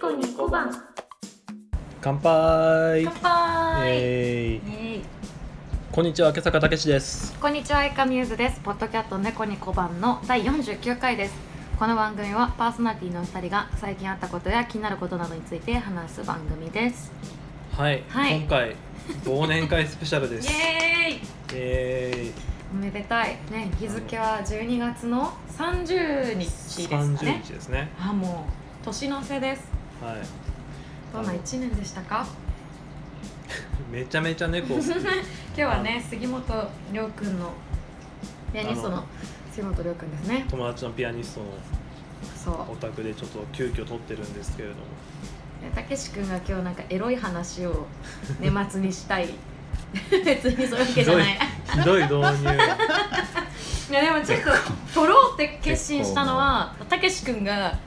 番乾杯乾杯、イえエーイこんにちは明坂武史ですこんにちは、いかみゆずです。ポッドキャット猫に小判の第49回です。この番組はパーソナリティの2人が最近あったことや気になることなどについて話す番組です。はい、はい今回忘年会スペシャルで イすエーイえおめでたい。ね、日付は12月の30日ですか三十ね。日ですねあ、もう年の瀬です。はいどんな1年でしたかめちゃめち ゃ猫好き今日はね、杉本涼君のピアニストあのの杉本涼君ですね。友達のピアニストのそう。お宅でちょっと急遽撮ってるんですけれどもたけし君が今日なんかエロい話を年末にしたい 別にそういうわけじゃないいひどい導入 やでもちょっと撮ろうって決心したのはたけし君が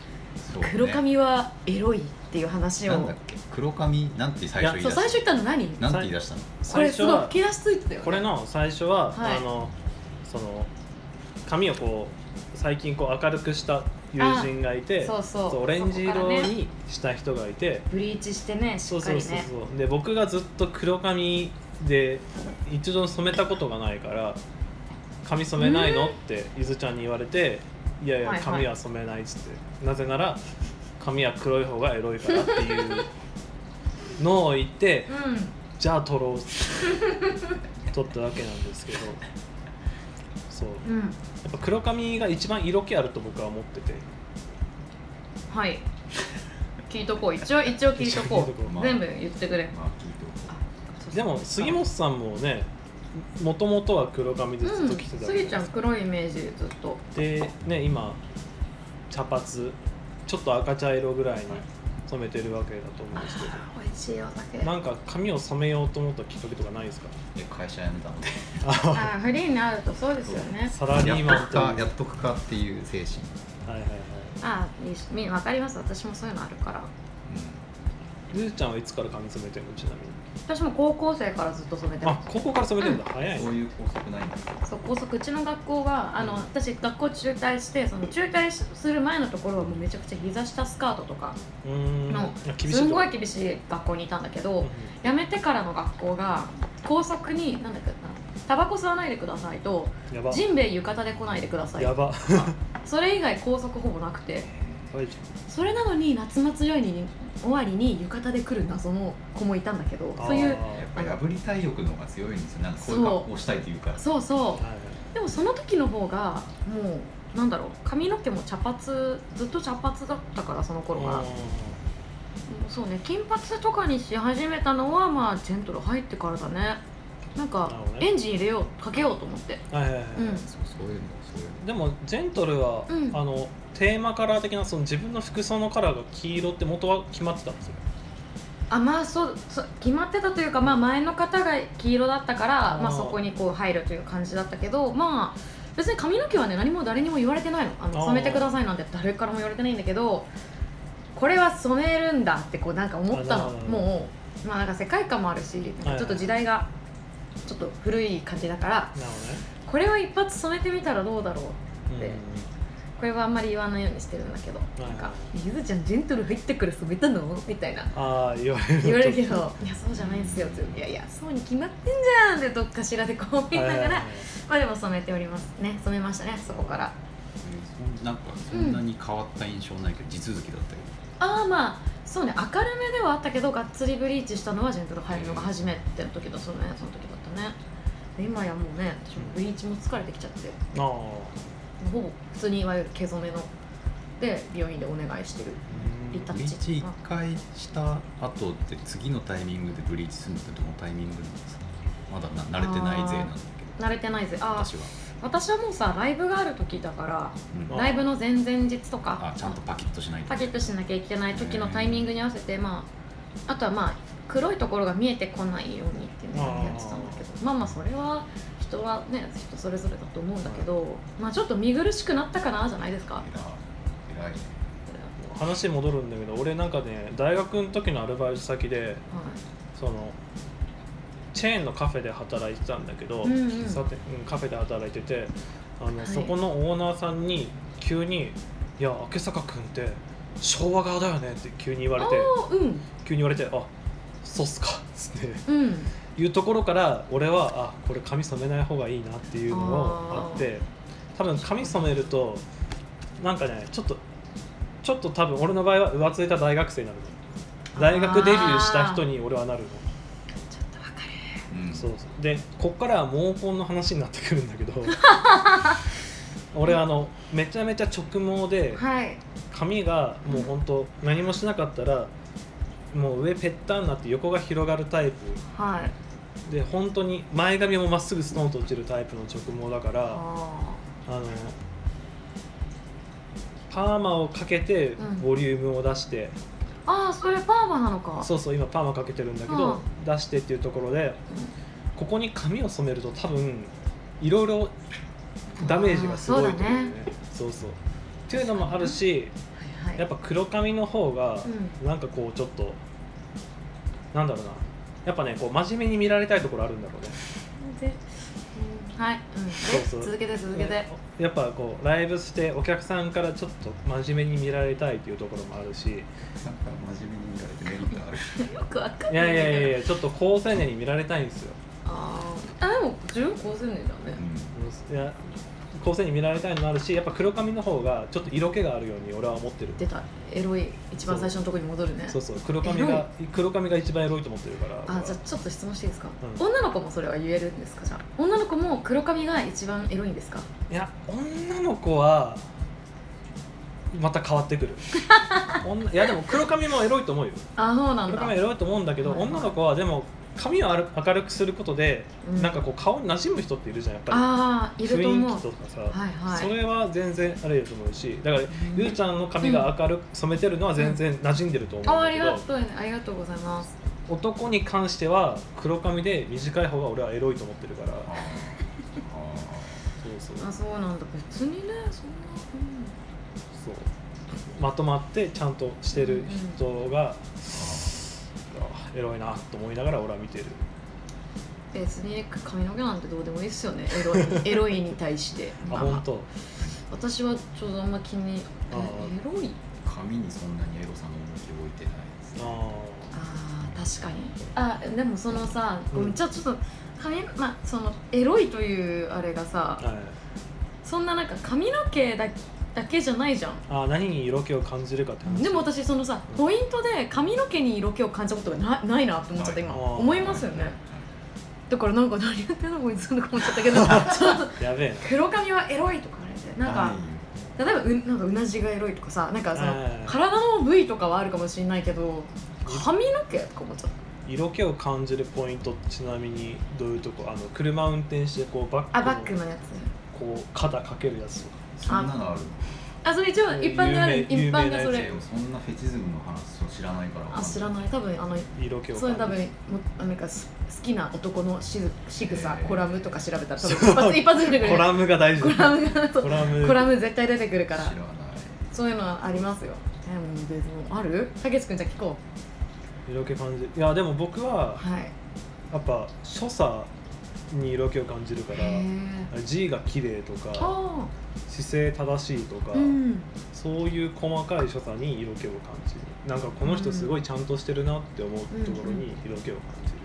そうね「黒髪はエロい」っていう話なんをだっけ黒髪なんて最初け言いそ出う最した初言ったの何なんて言い出したのこれすごいは吹き出しついてたよ、ね、これの最初は、はいあのその髪をこう最近こう明るくした友人がいてそうそうそうオレンジそこか色らねにした人がいてブリーチしてねしそうっかそりうねそうそうで僕がずっと黒髪で一度染めたことがないから髪染めないのってゆずちゃんに言われていやいやはいはい髪は染めないっつって、なぜなら髪は黒い方がエロいからっていうのを言 ってうんじゃあ撮ろうっつって撮ったわけなんですけどそううんやっぱ黒髪が一番色気あると僕は思ってて はい聞いとこう一応一応聞いとこ一応聞いとこううまあ全部言ってくれまあ聞いておこでも杉本さんもねもともとは黒髪でずっと着てたうん、わスけギちゃん黒いイメージずっとでね今茶髪ちょっと赤茶色ぐらいに染めてるわけだと思うんですけど美味しいお酒なんか髪を染めようと思ったきっかけとかないですかうえ会社辞めたのでああーフリーになるとそうですよねサラリーやマっンとくというはかいやっとくかっていう精神、はいはいあーいいしみわかります私もそういうのあるからゆずちゃんはいつから髪染めてるのちなみに私も高校生からずっと染めてあま高校から染めてるんだ、う早いん、そねういう校則ないんだすそう高速うちの学校があの私学校中退してその中退する前のところはもうめちゃくちゃ膝下スカートとかうーんのいや厳しすいんとごこい厳しい学校にいたんだけうんど辞めてからの学校が高速になんだっけなタバコ吸わないでくださいとやばジンベエ浴衣で来ないでくださいや ばそれ以外高速ほぼなくてはいそれなのに夏祭りに終わりに浴衣で来る謎の子もいたんだけどあーそういうはやっぱ破りたい欲の方が強いんですよなんかこういう格好したいというかそうそいはいうでもその時の方がもうなんだろう髪の毛も茶髪ずっと茶髪だったからその頃は、もうそうね金髪とかにし始めたのはまあジェントル入ってからだねなんなるかほどねエンジン入れようかけようと思ってはいはいはいうんそうそういうのそういうのでもジェントルは、うんあのテーマカラー的なその自分の服装のカラーが黄色って元は決まってたんですよあまあそうそう決まってたというか、まあ、前の方が黄色だったからあーまあ、そこにこう入るという感じだったけどまあ別に髪の毛はね何も誰にも言われてないのあのあー染めてくださいなんて誰からも言われてないんだけどこれは染めるんだってこうなんか思ったのあなるほどもう、まあ、なんか世界観もあるしなんかちょっと時代がちょっと古い感じだからなるこれは一発染めてみたらどうだろうほどねでこれはあんまり言わないようにしてるんだけどいはいなんか「ゆずちゃんジェントル入ってから染めたの?」みたいなああ言わ れる言われるけど「いやそうじゃないんですよ」って言ういやいやそうに決まってんじゃん」ってどっかしらでこう見ながらまあでも染めておりますね染めましたねそこからそんなんかそんなに変わった印象ないけど、地続きだったよああまあそうね明るめではあったけどがっつりブリーチしたのはジェントル入るのが初めての時だそうねその時だったねで今やもうね私もブリーチも疲れてきちゃってああほぼ普通にいわゆる毛染めので美容院でお願いしてる行ったブリーチ1回した後って次のタイミングでブリーチするのってどのタイミングなんですかまだな慣れてない勢なんだけど慣れてないぜああ私は、私はもうさライブがある時だからうんあライブの前々日とかあちゃんとパキッとしないとパキッとしなきゃいけない時のタイミングに合わせて、まあ、あとはまあ黒いところが見えてこないようにっていうのをやってたんだけどまあまあそれは人はね人それぞれだと思うんだけど、まあちょっと見苦しくなったかなじゃないですか偉い偉いね話戻るんだけど俺なんかね大学の時のアルバイト先でそのチェーンのカフェで働いてたんだけど、うんうん喫茶店うんカフェで働いててあの、はいそこのオーナーさんに急に「いや明坂君って昭和顔だよねって急に言われあてあうん急に言われてあそうっすかっつってうんいうところから俺はあこれ髪染めない方がいいなっていうのもあって多分髪染めるとなんかねちょっとちょっと多分俺の場合は浮ついた大学生になるの大学デビューした人に俺はなるのちょっとわかるうんそうそうでこっからは毛根の話になってくるんだ けど俺あのめちゃめちゃ直毛ではい髪がもう本当何もしなかったらもう上ぺったんになって横が広がるタイプはいで本当に前髪もまっすぐストンと落ちるタイプの直毛だからああのパーマをかけてうんボリュームを出して、ーあーそれパーマなのかそうそう今パーマかけてるんだけど、うん出してっていうところでここに髪を染めると多分いろいろダメージがすごいと思うんだよねそうそうっていうのもあるしはいはいやっぱ黒髪の方がなんかこうちょっと、なんだろうなやっぱねこう真面目に見られたいところあるんだろうねでうんはい、うん、でそうそう続けて続けて、ねやっぱこうライブしてお客さんからちょっと真面目に見られたいっていうところもあるしなんか真面目に見られてメリットあるよくわかんないいやいやいやいやちょっと高青年に見られたいんですよあーあでも十高青年だねいや高青年に見られたいのもあるしやっぱ黒髪の方がちょっと色気があるように俺は思ってる出たエロい一番最初のところに戻るねそうそう黒髪が黒髪が一番エロいと思ってるからあじゃあちょっと質問していいですか、うん女の子もそれは言えるんですかじゃあ女の子も黒髪が一番エロいんですかいや女の子はまた変わってくる 女いやでも黒髪もエロいと思うよあそうなん黒だ髪エロいと思うんだけど、はいはい女の子はでも髪をある明るくすることで、うんなんかこう顔に馴染む人っているじゃんやっぱあありいると思う雰囲気とかさ、はいはいそれは全然あれだと思うしだから、んゆうちゃんの髪が明るく染めてるのは全然馴染んでると思うんああだりけがど、とうねありがとうございます男に関しては黒髪で短い方が俺はエロいと思ってるからあそうそうあそうなんだ別にねそんな、うんそうまとまってちゃんとしてる人が、あエロいなと思いながら俺は見てる別に髪の毛なんてどうでもいいですよねエ ロいエロいに対してあまあまあ本当私はちょうどあんま気にえあエーロいあ紙にそんなにエロさの重きを置いてないですねああー確かにあでもそのさ、うんごめんじゃあちょっと髪まあそのエロいというあれがさー、はい、そんななんか髪の毛だだけじゃないじゃんあー何に色気を感じるかって話でも私そのさうんポイントで髪の毛に色気を感じたことがなないなって思っちゃった今はい思いますよねだからなんか何やってんのこいつとか思っちゃったけど ちょっとやべえな黒髪はエロいとか言われてなんか、はい例えばうなんかうなじがエロいとかさなんかそのはい体の部位とかはあるかもしれないけど髪の毛とか思っちゃっ色気を感じるポイントってちなみにどういうとこあの車運転してこうバックたあのバッグのやつこう肩かけるやつとかそんなのあるのあそれ一応一般である一有名有名な般やつがそえれでもそんなフェチズムの話を知らないからあ知らない多分あの色気をそういう多分感じもるなんかす好きな男のしぐ仕草、えーコラムとか調べたら多 そう分一発一発出てくるコラムが大事コラムがそうコラムコラム絶対出てくる知かららないそういうのはありますよえもう別にあるたけし君じゃあ聞こう色気感じるいやでも僕ははいやっぱ所作に色気を感じるかへらえ G が綺麗とかあ姿勢正しいとか、あうんそういう細かい所作に色気を感じるなんかこの人すごいちゃんとしてるなって思うところに色気を感じる、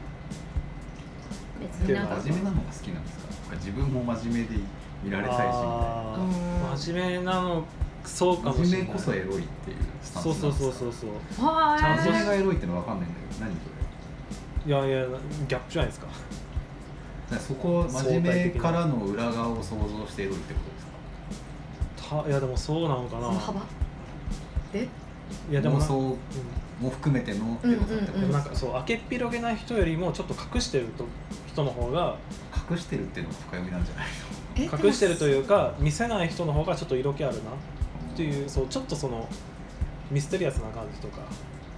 別ってにいうなのんはか真面目なのが好きなんですかなんか自分も真面目で見られたいしみたいなあーうん真面目なのそうかもしれな真い面目こそエロいっていうスタンスそうなんですそかうそうそうそうはちゃんとーしい真面目がエロいってのは分かんないんだけど何それいやいやギャップじゃないですかじゃあそこ真面目からの裏側を想像してエロいってことですかたいやでもそうなのかそのな幅でいやでも妄な,、うん想も含めてのエロさってこうんでうもんなんかそう開けっ広げない人よりもちょっと隠してると人の方が隠してるっていうのが深読みなんじゃないのえ隠してるというでか見せない人の方がちょっと色気あるなってめいうそうちょっとそのミステリアスな感じとか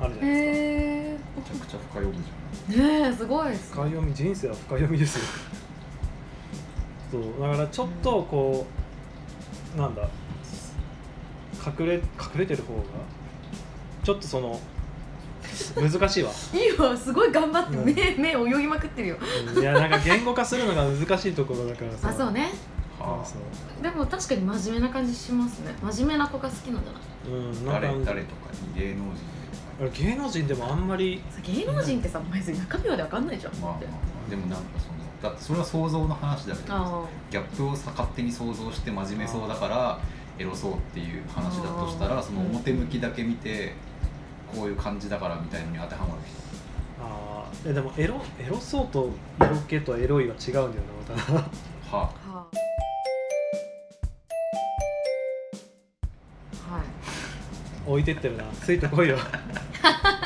あるじゃもないですかへちゃくちゃ深読むじゃえねえすごいです深読み人生は深読みですよそうだからちょっとこうなんだ隠れ隠れてる方がちょっとその難しいわ、 いいわすごい頑張ってうん目目泳ぎまくってるようんいやなんか言語化するのが難しいところだからさあそうねなはでも確かに真面目な感じしますね真面目な子が好きなんじゃないそううんあなんか誰誰とかに芸能人でとか芸能人でもあんまりさ芸能人ってさ別に中身まで分かんないじゃんって、まあまあ、まあ、でもなんかそのだってそれは想像の話だけどあギャップをさ勝手に想像して真面目そうだからエロそうっていう話だとしたらあーその表向きだけ見てこういう感じだからみたいのに当てはまる人あーえでもエロエロそうと色気とエロいは違うんだよなまたなはあはあはい置いてってるなついて こいよさ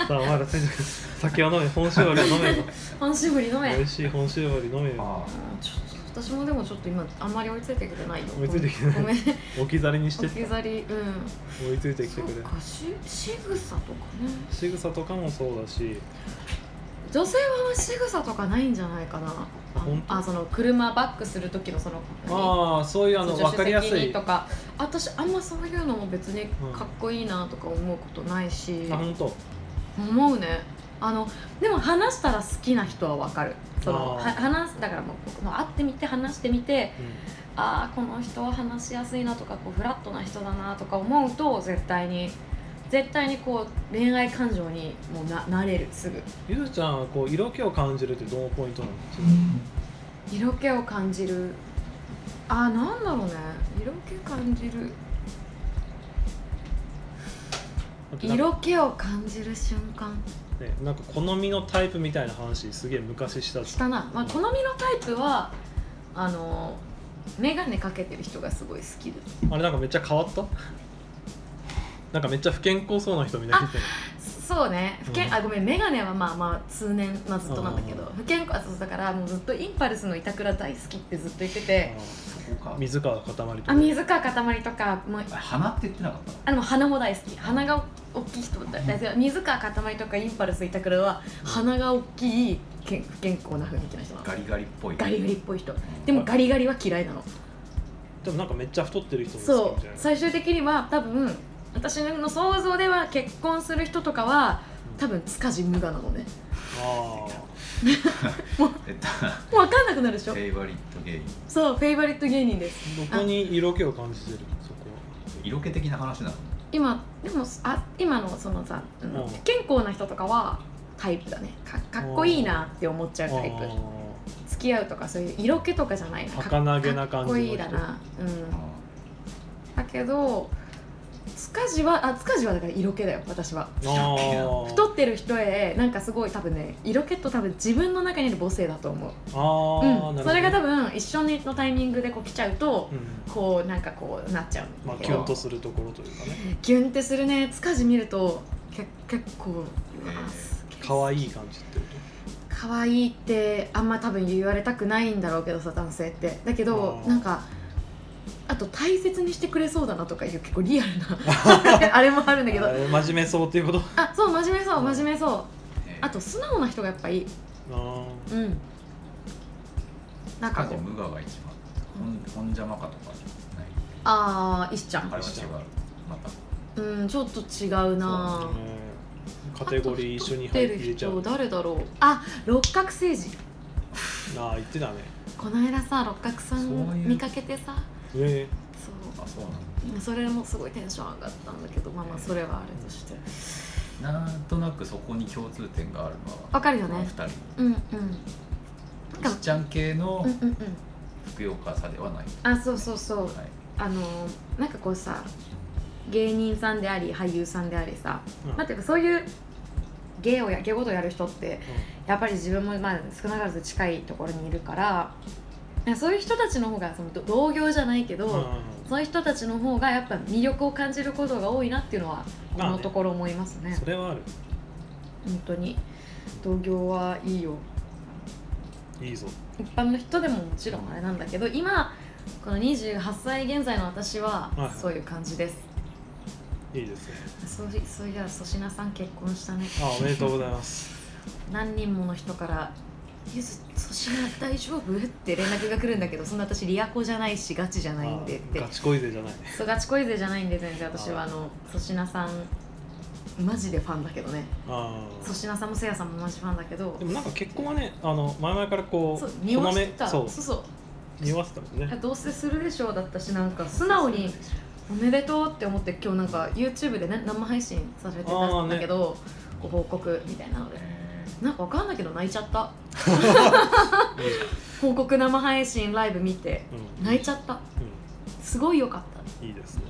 あお前らついてこい酒を飲め本搾りを飲めよ半身振り飲め美味しい本搾り飲めよはちょっと私もでもちょっと今あんまり追いついてきてないよ 追いついてきてないごめん置き去りにして置ってき去りうん追いついてきてくれそうかし仕草とかね仕草とかもそうだし女性は仕草とかないんじゃないかなあ本当あその車バックする時のそのああそういうあの助手分かりやす席にいとあか私あんまそういうのも別にうんかっこいいなとか思うことないし、本当思うねあのでも話したら好きな人はわかるそのあはー話すだからもうこうもう会ってみて話してみてうああこの人は話しやすいなとかこうフラットな人だなとか思うと絶対に絶対にこう恋愛感情にもうななれるすぐんゆずちゃんはこう色気を感じるってどのポイントなの色気を感じるあーなんだろうね色気感じるなんか,、色気を感じる瞬間ね、なんか好みのタイプみたいな話すげえ昔したじゃんしたな、まあ、好みのタイプはあの眼鏡かけてる人がすごい好きですあれなんかめっちゃ変わったなんかめっちゃ不健康そうな人みたいに言ってそうね不健、うんあごめん眼鏡はまあまあ通年、まあ、ずっとなんだけどあ不健康あそうだからもうずっとインパルスの板倉大好きってずっと言ってたてそこか水川かたまりとかあ水川かたまりとかもう花って言ってなかったあでも鼻も大好き鼻が大きい人だ大好き水川かたまりとかインパルス板倉は鼻が大きいけん不健康な雰囲気の人なのガリガリっぽいガリガリっぽい人でもガリガリは嫌いなのでもなんかめっちゃ太ってる人も好そきみうたいな最終的には多分私の想像では結婚する人とかは多分塚地無我なのねあえっともう分かんなくなるでしょフェイバリット芸人そうフェイバリット芸人ですーどこに色気を感じてるそこ色気的な話なの今でもあ今のそのさ、うんうん健康な人とかはタイプだねかかっこいいなって思っちゃうタイプあ付き合うとかそういう色気とかじゃないな儚げな感じの人かっこいいだなうんだけど塚地はあ塚地はだから色気だよ私はーあー太ってる人へなんかすごい多分ね色気と多分自分の中にいる母性だと思うあー、なうるん、ほどそれが多分一緒のタイミングでこう来ちゃうと、うんこうなんかこうなっちゃうんまだあけキど、ュンとするところというかねギュンってするね塚地見るとけ結構うわえーすげえ可愛い感じってこと可愛いってあんま多分言われたくないんだろうけどさ男性ってだけどあーなんかあと大切にしてくれそうだなとかいう結構リアルな あれもあるんだけどあー真面目そうっていうことあそう真面目そううん真面目そうああとと素直な人がやっぱいいあうんなんか家こ事う無我が一番ほんほんじゃまかとかないああ石ちゃんあれは違うまたうんちょっと違うなあ、カテゴリー一緒に入入ってるれちゃ人う誰だろうあ六角星人ああ言ってたねこの間さ六角さそういんう見かけてさえそうあそうそれもすごいテンション上がったんだけどまあまあそれはあれとしてなのなんとなくそこに共通点があるのはわかるよこのね二人うんうんか石ちゃん系のうんうんうんふくよかさではない、あそうそうそうはいあのーなんかこうさ芸人さんであり俳優さんでありさ、うんまあ、ていうかそういう芸をや芸事をやる人ってやっぱり自分もまあ少なからず近いところにいるからなんかそういう人たちの方がそのど同業じゃないけど、うんうんそういう人たちの方がやっぱ魅力を感じることが多いなっていうのはこまあねのところ思いますね,、それはある本当に同業はいいよいいぞ一般の人でももちろんあれなんだけど今この28歳現在の私ははいそういう感じです、いいですねそういそういや粗品さん結婚したねあおめでとうございます何人もの人から「ゆず粗品大丈夫?」って連絡が来るんだけどそんな私リアコじゃないしガチじゃ ないんでっあてガチ恋勢じゃないそうガチ恋勢じゃないんで全然私はああの粗品さんマジでファンだけどねあ粗品さんもせいやさんもマジファンだけどあでもなんか結婚はねあの前々からこそうう匂わして好ためそそううそう匂わせたもん ねどうせするでしょうだったしなんか素直におめでとうって思って今日なんか YouTube で、ね、生配信されてたんだけど、ご報告みたいなのでなんかわかんないけど泣いちゃった報告生配信ライブ見てうん泣いちゃったすごい良かったですいいですね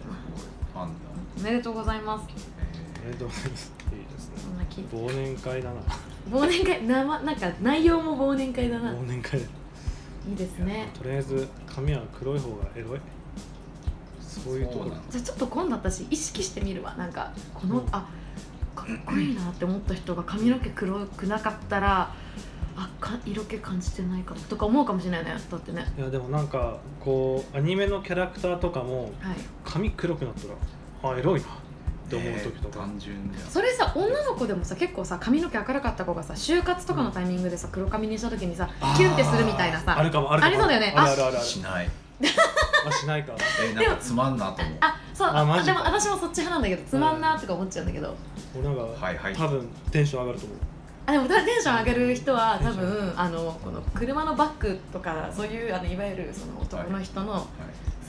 ファンだおめでとうございますありがとうございますいいですねそんなき忘年 会だな忘年会なまなんか内容も忘年会だな忘年会だいいですねとりあえず髪は黒い方がエロいそういうとこそうろなんだじゃあちょっと今度私意識してみるわなんかこの、うんあかっこいいなって思った人が髪の毛黒くなかったらあか色気感じてないかもとか思うかもしれないねだってねいやでもなんかこうアニメのキャラクターとかもはい髪黒くなったらあエロいなって思う時とえーか、単純じゃんそれさ女の子でもさ結構さ髪の毛明るかった子がさ就活とかのタイミングでさ黒髪にした時にさあーキュンってするみたいなあさるかもあるかもありそうだよねあるあるあるあるしないあしないかえなんかつまんなと思うあそうあマジでかも私もそっち派なんだけどつまんなーとか思っちゃうんだけど、俺なんか、はいはい多分テンション上がると思うあでもただテンション上がる人は多テンシ分あのこの車のバッグとかそういうあのいわゆるその男の人の好はい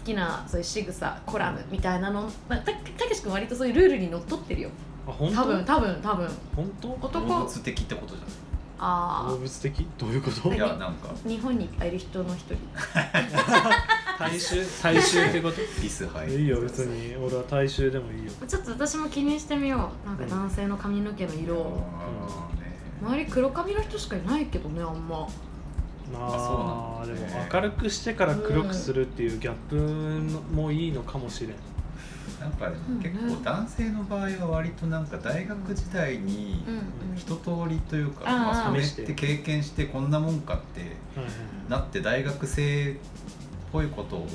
きなそういう仕草コラムみたいなの、まあ、たたけし君割とそういうルールにのっとってるよあ本当多分多分多分本当動男物的ってことじ動あ物的どういうことゃないい何やなんかあ日本にいっぱいいる人の一人大衆大衆ってことリスは いいよ別に俺は大衆でもいいよちょっと私も気にしてみようなんか男性の髪の毛の色を、あーね周り黒髪の人しかいないけどねあんまああーそうでなんだも明るくしてから黒くするっていうギャップもいいのかもしれん、なんかねうん結構男性の場合は割となんか大学時代にうんうん一通りというか、あーまあ、それっ試してて経験してこんなもんかってはいはいなって大学生っぽいことを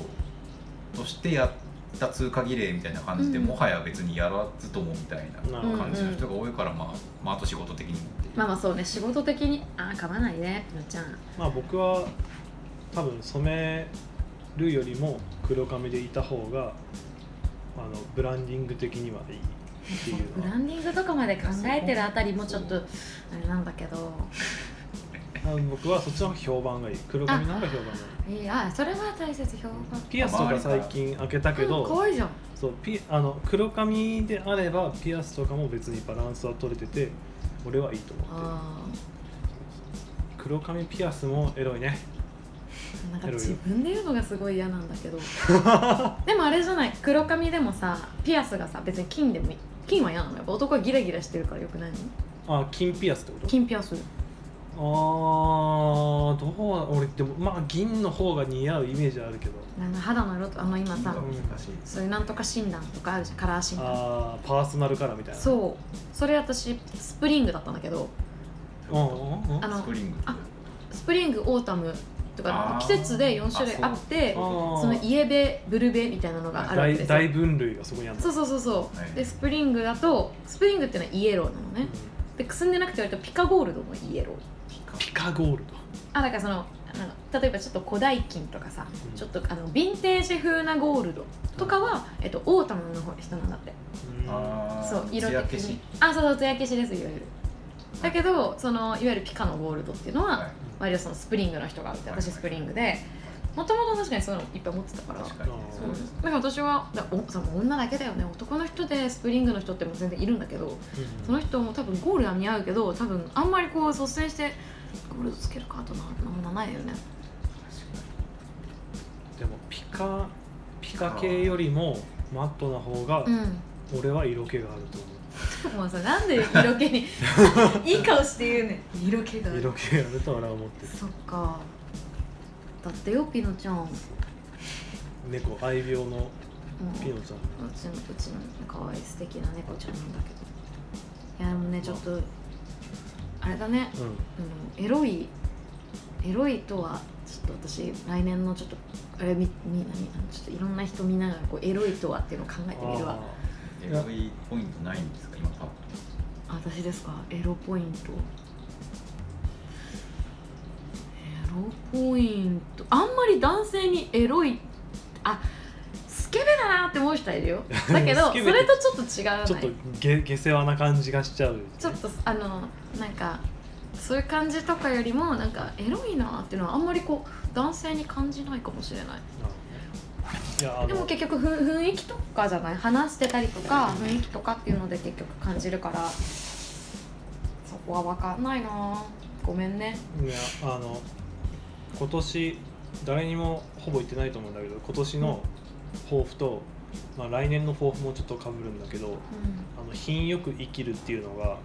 としてやった通過儀礼みたいな感じで、うんもはや別にやらずともみたいななるほど感じの人が多いから、まあ、まああと仕事的にもっていうまあまあそうね仕事的にああ噛まないねむっちゃんまあ僕は多分染めるよりも黒髪でいた方があのブランディング的にはいいっていうブのラはンディングとかまで考えてるあたりもちょっとあれなんだけど多分僕はそっちの方が評判がいい黒髪の方が評判がいいいいあそれは大切評判ピアスとか最近開けたけうん可ど、愛いじゃんそうピあの黒髪であればピアスとかも別にバランスは取れてて俺はいいと思ってるあ黒髪ピアスもエロいねーなんか自分で言うのがすごい嫌なんだけどでもあれじゃない黒髪でもさピアスがさ別に金でもいい金は嫌なのよやっぱ男はギラギラしてるからよくないのあ金ピアスってこと金ピアスあーどうは俺でもまあ銀の方が似合うイメージあるけどなんか肌の色とあの今さ難しいですそういうなんとか診断とかあるじゃんカラー診断あーパーソナルカラーみたいなう、そうそれ私スプリングだったんだけどうんうんうん、あのスプリングってあスプリングオータムとかあー季節で4種類あってあーそのイエベブルベみたいなのがあるわけ大ですよ大分類がそこにあるそううそうそうそう、はいでスプリングだとスプリングっていうのはイエローなのねんでくすんでなくて割とピカゴールドもイエローピカピカゴールドあだからそのあの例えばちょっと古代金とかさ、うんちょっとあのヴィンテージ風なゴールドとかは、えっと、オータムの方人なんだってあーそう色艶的消しにあそうそう艶消しですいわゆるだけどそのいわゆるピカのゴールドっていうのは、はい割とそのスプリングの人があってはいはい私スプリングでもともと確かにそういうのいっぱい持ってたから確かにあーそうですだから私はだおその女だけだよね男の人でスプリングの人ってもう全然いるんだけどその人も多分ゴールは似合うけど多分あんまりこう率先してゴールドつけるかとなるもないよねでもピカピカ系よりもマットな方がうん俺は色気があると思もうさなんで色気 にいい顔して言うねん色気があうる色気があると俺は思ってるそっかだってよピノちゃんもう猫愛病のうちピのノちゃんうちの可愛い素敵な猫ちゃんなんだけどいやでもねちょっとあれだねうんあのエロいエロいとはちょっと私来年のちょっとあれみみなみあのちょっといろんな人見ながらこうエロいとはっていうのを考えてみるわあエロいポイントないんですか今パッとあ私ですかエロポイントエロポイントあんまり男性にエロいあスケベだなって思う人はいるよだけど スそケベれとちょっと違うーちょっとない下下世話な感じがしちょっちょっとあのなんかそういう感じとかよりもなんかエロいなっていうのはあんまりこう男性に感じないかもしれないいやあのでも結局ふ雰囲気とかじゃない話してたりとか雰囲気とかっていうので結局感じるからそこは分かんないなごめんねいやあの今年誰にもほぼ言ってないと思うんだけど今年の抱負と、まあ、来年の抱負もちょっとかぶるんだけどうあの品よく生きるっていうのが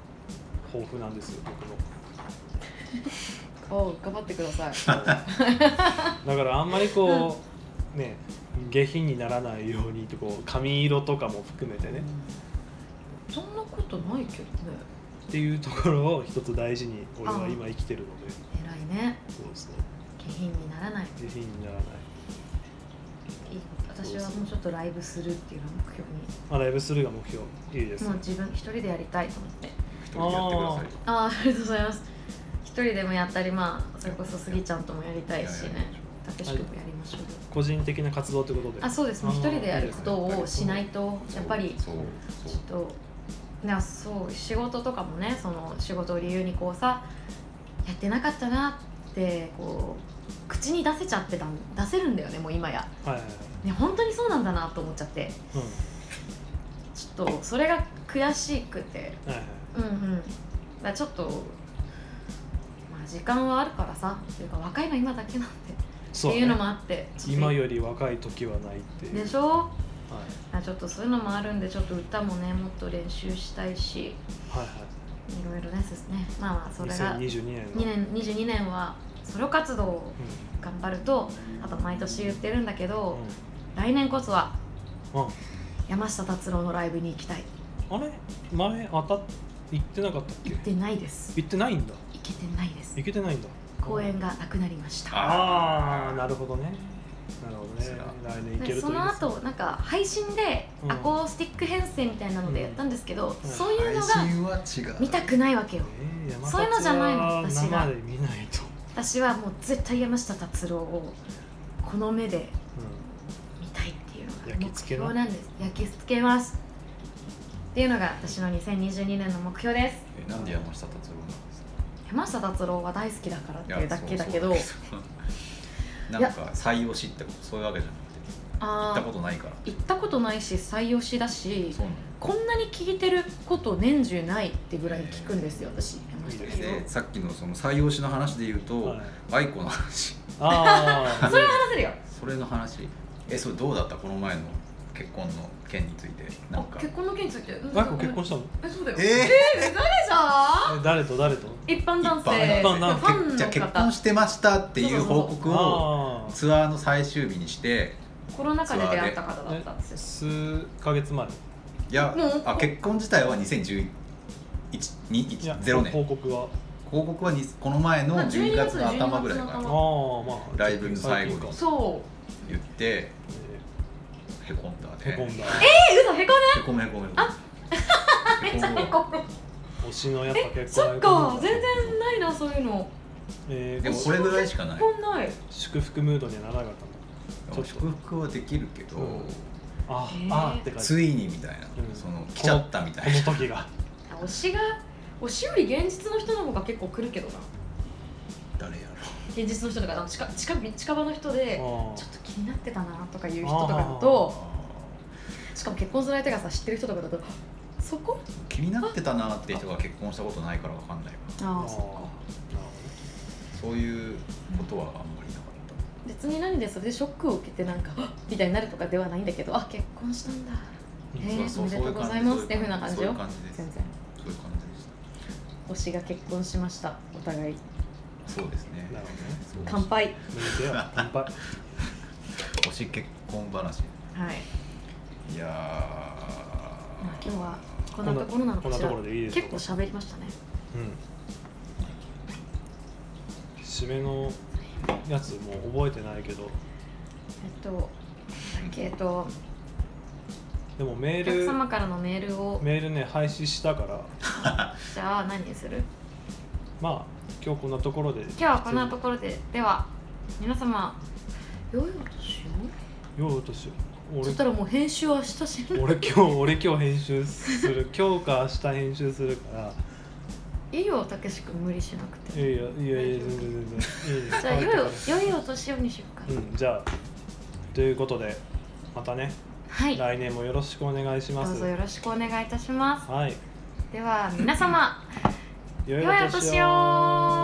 抱負なんですよ僕のんおう頑張ってくださいだからあんまりこう、ね下品にならないようにとこう髪色とかも含めてねそんなことないけどねっていうところを一つ大事に俺あはあ今生きてるので偉いねそうですね下品にならない下品にならない、いい私はもうちょっとライブするっていうのを目標にまあ、ライブするが目標いいですもうね自分一人でやりたいと思って一人でやってくださいとああありがとうございます一人でもやったりまあそれこそスギちゃんともやりたいしいやいやねたけし君もやりましょうよ個人的な活動ということであそうですねあー一人でやることをしないとやっぱりそうちそょっとなそう仕事とかもねその仕事を理由にこうさやってなかったなってこう口に出せちゃってたん出せるんだよねもう今や、はいはいはいね、本当にそうなんだなと思っちゃってちょっとそれが悔しくてうんはいはいうんうんだからちょっとまあ時間はあるからさっていうか若いの今だけなんでそっうてねいうのもあってちょっと今より若い時はないっていうでしょはいあちょっとそういうのもあるんでちょっと歌もねもっと練習したいしいはいろいろですねまあまあそれはが2い2022年の年22年はソロ活動をう頑張るとあと毎年言ってるんだけんど、来年こそはうんうん山下達郎のライブに行きたいあれ前当たっ行ってなかったっけ行ってないです行ってないんだ行けてないです行けてないんだ公演がなくなりましたああなるほどねなるほどそねうだ来年行けでるとそいいのですね後なんか配信でうんアコースティック編成みたいなのでやったんですけど、うんそういうのが配信は違う見たくないわけよえー山そういうのじゃないの達は私が生で見ないと、私はもう絶対山下達郎をこの目でう見たいっていう焼のが目き付け標ななんです焼き付けますっていうのが私の2022年の目標ですえなんで山下達郎なんですか山下達郎は大好きだからっていいやうだけだけそどうそう そうなんか採用しってことそういうわけじゃなくて行あったこあとないから行ったことないし採用しだしそうなこんなに聞いてること年中ないってぐらい聞くんですよ私山下いいで達す郎のでさっきのその採用しの話で言うと、んはい、アイコの話ああ話せるよそれの話えそれどうだったこの前の結婚の件についてなんあか結婚の件についてマイコ結婚したのえそうだよえーえー誰じゃんえ誰と誰と一般男性一般男フ性ァンじゃあの結方婚してましたっていう報告をあツアーの最終日にしてコロナ禍で出会った方だったんあですよ数ヶ月前いやもうあ結婚自体は2011いや0年報告は広告はにこの前のまあ12 10月の頭ぐらい12月かのら頭ああまあライブの最後に近かそう言ってえへこんだねーへこんだえ嘘へこへこめへこめへこめめっちゃへこむ推しのやっぱ結そ婚っへこむか全然ないなそういうのえーでもこれぐらいしかないへこんない祝福ムードにはならなかっ祝福はできるけど、うんたんだあ、へーあーって感じついにみたいな、うんその来ちゃったみたいなこ の時が推しが推しより現実の人の方が結構来るけどな誰や現実の人とかあの近近近場の人であちょーっと気になってたなとかいう人とかだとろしかも結婚する相手がさ知ってる人とかだとそこ気になってたなって人が結婚したことないからわかんないわあああーそなるっかほそういうことはあんまりなかっ別に何でそれでショックを受けてなんかあみたいになるとかではないんだけどあ結婚したんだどへーた、そうおめでとうございますっていうふうな感じよそういう感じです全然そういう感じ推でししが結婚しましたお互いたそうですねなるほどねそう乾杯めでてよ乾杯推し結婚話はいいやー、まあ今日はこんなところなのこかんなしとらころでいいでしょ結う構か喋りましたねうん締めのやつもう覚えてないけどえっとなんだっけえっとでもメお客ール様からのメールをメールね廃止したからじゃあ何にするまあ今日こんなところで今日はこんなところででは皆様良いお年ようとしよをそう俺したらもう編集は明日しる 俺今日俺今日編集する今日か明日編集するからいいよたけし君無理しなくいやていやいやいや全然全然いいですじゃあ良い良いお年をにしようか、うんじゃあということでまたねはい来年もよろしくお願いしまどうすぞよろしくお願いいたしますはいでは皆様良良いお年を